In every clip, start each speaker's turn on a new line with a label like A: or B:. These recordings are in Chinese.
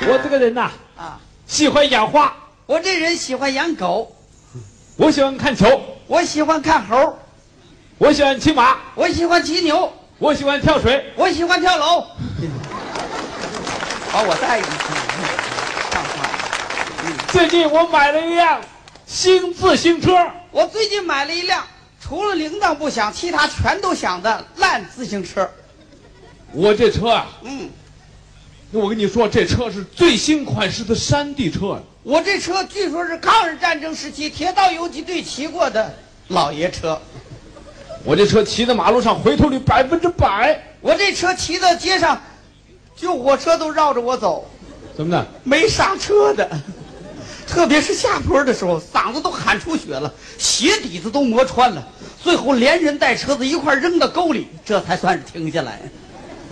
A: 我这个人呐、
B: 啊，
A: 喜欢养花，
B: 我这人喜欢养狗，
A: 我喜欢看球，
B: 我喜欢看猴，
A: 我喜欢骑马，
B: 我喜欢骑牛，
A: 我喜欢跳水，
B: 我喜欢跳楼。 把我带进去，上话。
A: 最近我买了一辆新自行车，
B: 我最近买了一辆除了铃铛不响，其他全都响的烂自行车。
A: 我这车啊，
B: 嗯，
A: 我跟你说，这车是最新款式的山地车呀、
B: 我这车据说是抗日战争时期铁道游击队骑过的老爷车。
A: 我这车骑在马路上回头率百分之百，
B: 我这车骑到街上，救火车都绕着我走，
A: 怎么的？
B: 没刹车的。特别是下坡的时候，嗓子都喊出血了，鞋底子都磨穿了，最后连人带车子一块扔到沟里，这才算是停下来。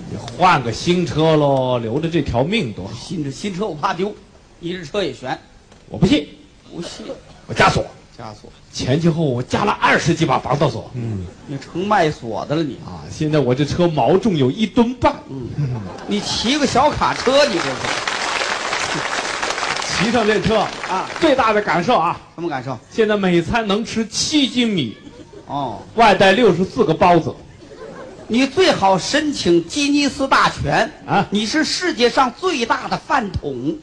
A: 你换个新车喽，留着这条命多好。
B: 新车新车我怕丢，你这车也悬，
A: 我不信，
B: 不信。
A: 我加锁，
B: 枷锁，
A: 前前后后我加了二十几把防盗锁。
B: 你成卖锁的了你。嗯
A: 啊，现在我这车毛重有一吨半，
B: 你骑个小卡车，你这是
A: 骑上这车
B: 啊？
A: 最大的感受啊，
B: 什么感受？
A: 现在每餐能吃七斤米，
B: 哦，
A: 外带六十四个包子。
B: 你最好申请吉尼斯大全
A: 啊
B: 你是世界上最大的饭桶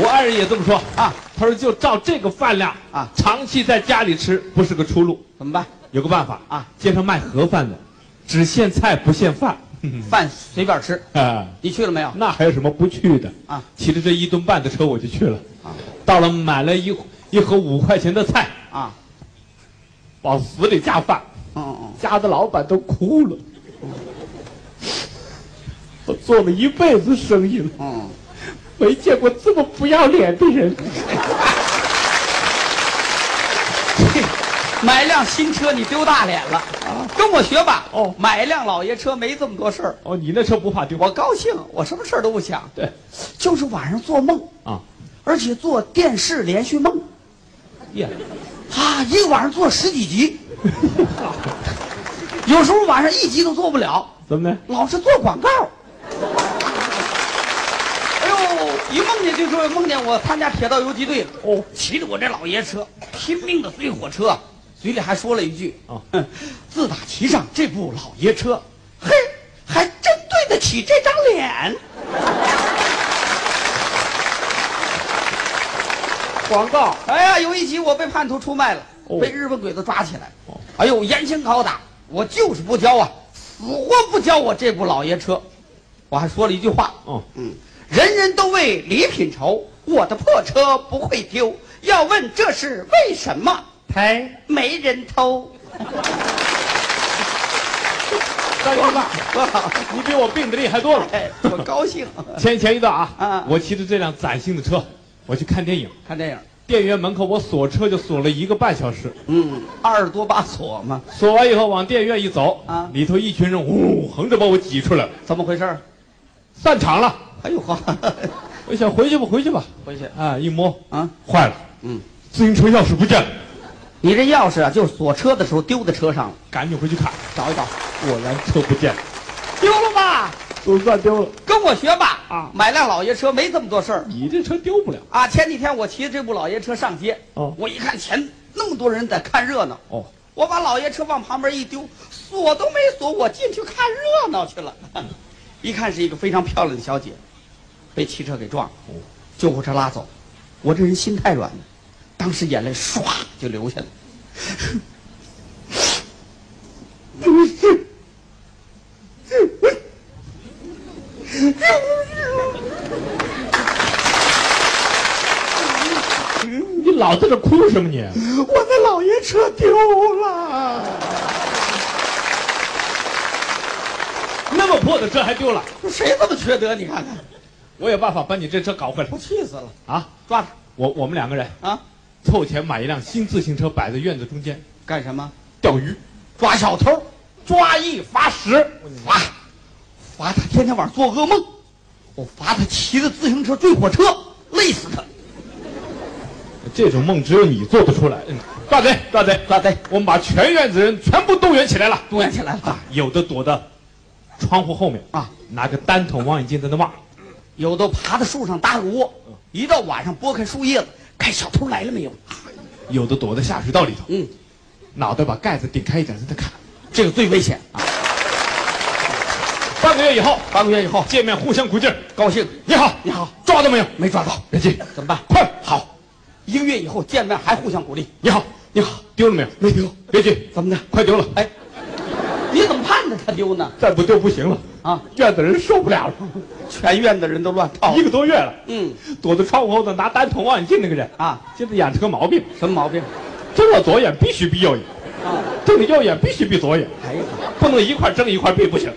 A: 我爱人也这么说
B: 啊！
A: 他说就照这个饭量
B: 啊
A: 长期在家里吃不是个出路，
B: 怎么办？
A: 有个办法
B: 啊，
A: 街上卖盒饭的，只限菜不限饭。
B: 饭随便吃。
A: 啊，
B: 你去了没有？
A: 那还有什么不去的
B: 啊？
A: 骑着这一吨半的车我就去了，
B: 啊
A: 到了买了一一盒五块钱的菜，
B: 啊，
A: 往死里加饭。
B: 嗯嗯，
A: 家的老板都哭了。我做了一辈子生意了，
B: 嗯，
A: 没见过这么不要脸的人。
B: 买辆新车你丢大脸了，跟我学吧。
A: 哦
B: 买一辆老爷车没这么多事儿。
A: 哦，你那车不怕丢？
B: 我高兴，我什么事儿都不想，
A: 对
B: 就是晚上做梦，
A: 啊，
B: 而且做电视连续梦。
A: 耶，
B: 啊，一个晚上做十几 集，有时候晚上一集都做不了，
A: 怎么的？
B: 老是做广告。哎呦，一梦见就说梦见我参加铁道游击队了，
A: 哦，
B: 骑着我这老爷车，拼命的追火车，嘴里还说了一句：“
A: 哦
B: 哼自打骑上这部老爷车，嘿，还真对得起这张脸。”
A: 广告。
B: 哎呀，有一集我被叛徒出卖了，
A: 哦
B: 被日本鬼子抓起来
A: 哦。
B: 哎呦，严刑拷打，我就是不交啊，死活不交我这部老爷车。我还说了一句话，
A: 哦，
B: 嗯，人人都为礼品愁，我的破车不会丢。要问这是为什么？
A: 台
B: 没人偷。
A: 大哥吧，
B: 多好，
A: 你比我病的厉害多了。
B: 哎，我高兴。
A: 前前一段啊
B: 啊，
A: 我骑着这辆崭新的车，我去看电影，
B: 看电影，
A: 电影院门口我锁车就锁了一个半小时，
B: 嗯，二十多把锁嘛，
A: 锁完以后往电影院一走，
B: 啊
A: 里头一群人呜横着把我挤出来了，
B: 怎么回事儿？
A: 散场了。
B: 哎呦呵，
A: 我想回去吧，回去吧。
B: 回去
A: 啊，一摸
B: 啊，
A: 坏了，
B: 嗯，
A: 自行车钥匙不见了，
B: 你这钥匙啊，就是锁车的时候丢在车上了，
A: 赶紧回去看。
B: 找一找。
A: 果然车不见了，
B: 丢了吧？
A: 总算丢了。
B: 跟我学吧！
A: 啊
B: 买辆老爷车没这么多事儿
A: 你这车丢不了。
B: 啊！前几天我骑着这部老爷车上街，
A: 哦
B: 我一看前那么多人在看热闹，
A: 哦，
B: 我把老爷车往旁边一丢，锁都没锁，我进去看热闹去了。 一看是一个非常漂亮的小姐，被汽车给撞了
A: 哦，
B: 救护车拉走。我这人心太软了，当时眼泪唰就流下来。
A: 你老在这哭什么你？
B: 我的老爷车丢了。
A: 那么破的车还丢了，
B: 谁这么缺德？你看看，
A: 我有办法把你这车搞回来
B: 我气死了！
A: 啊！
B: 抓他
A: 我我们两个人
B: 啊！
A: 凑钱买一辆新自行车，摆在院子中间
B: 干什么？
A: 钓鱼，
B: 抓小偷，
A: 抓一罚十。
B: 罚罚他天天晚上做噩梦，我罚他骑着自行车追火车，累死他！
A: 这种梦只有你做得出来。嗯抓贼，抓贼，
B: 抓贼，
A: 我们把全院子人全部动员起来了，
B: 动员起来了，
A: 有的躲得窗户后面
B: 啊，
A: 拿个单筒望远镜在那望，
B: 有的爬到树上搭个窝，一到晚上拨开树叶子，看小偷来了没有。
A: 有的躲在下水道里头，
B: 嗯，
A: 脑袋把盖子顶开一点在那看。
B: 这个最危险啊！
A: 半个月以后
B: 半个月以后
A: 见面互相鼓劲儿，
B: 高兴
A: 你好，
B: 你好，
A: 抓到没有？
B: 没抓到，
A: 人机，
B: 怎么办？
A: 快好，
B: 一个月以后见面还互相鼓励，
A: 你好，
B: 你好，
A: 丢了没有？
B: 没丢，
A: 人机，
B: 怎么的？
A: 快丢了，
B: 哎，你怎么判断他丢呢？
A: 再不丢不行了，
B: 啊，
A: 院子人受不了了，
B: 全院的人都乱套
A: 一。个多月了，
B: 嗯，
A: 躲在窗户后头拿单筒望远镜那个人
B: 啊，
A: 现在养成个毛病，
B: 什么毛病？
A: 睁了左眼必须闭右眼，
B: 啊，
A: 睁了右眼必须闭左眼，
B: 哎呀，
A: 不能一块睁一块闭不行，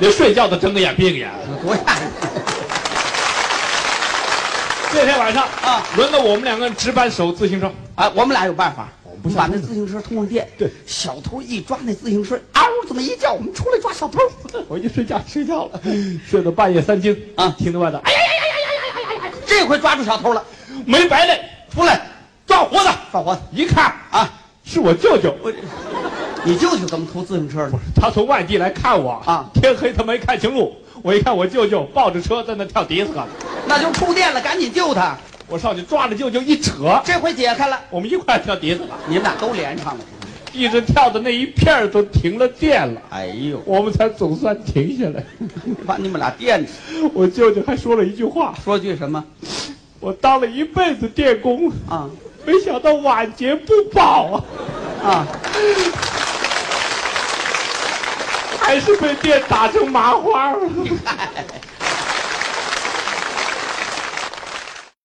A: 连睡觉都睁个眼闭个眼。
B: 多吓人！
A: 这天晚上
B: 啊，
A: 轮到我们两个人值班守自行车，
B: 啊，我们俩有办法，
A: 我们不
B: 们
A: 下
B: 把
A: 车
B: 那自行车通上电，
A: 对
B: 小偷一抓那自行车，嗷，这么一叫，我们出来抓小偷。
A: 回去睡觉睡觉了，睡到半夜三更
B: 啊
A: 听到外头，哎呀，
B: 这回抓住小偷了，
A: 没白累，
B: 出来
A: 抓活的，
B: 放火
A: 一看
B: 啊！
A: 是我舅舅，
B: 我，你舅舅怎么偷自行车呢？
A: 他从外地来看我
B: 啊
A: 天黑他没看清路，我一看我舅舅抱着车在那跳迪斯科，
B: 那就触电了，赶紧救他！
A: 我上去抓着舅舅一扯，
B: 这回解开了，
A: 我们一块儿跳迪斯科，
B: 你们俩都连上了。
A: 一直跳的那一片儿都停了电了，
B: 哎呦，
A: 我们才总算停下来。
B: 把你们俩电着。
A: 我舅舅还说了一句话
B: 说句什么：“
A: 我当了一辈子电工，
B: 啊
A: 没想到晚节不保啊，
B: 啊？
A: 还是被电打成麻花了。
B: 嗨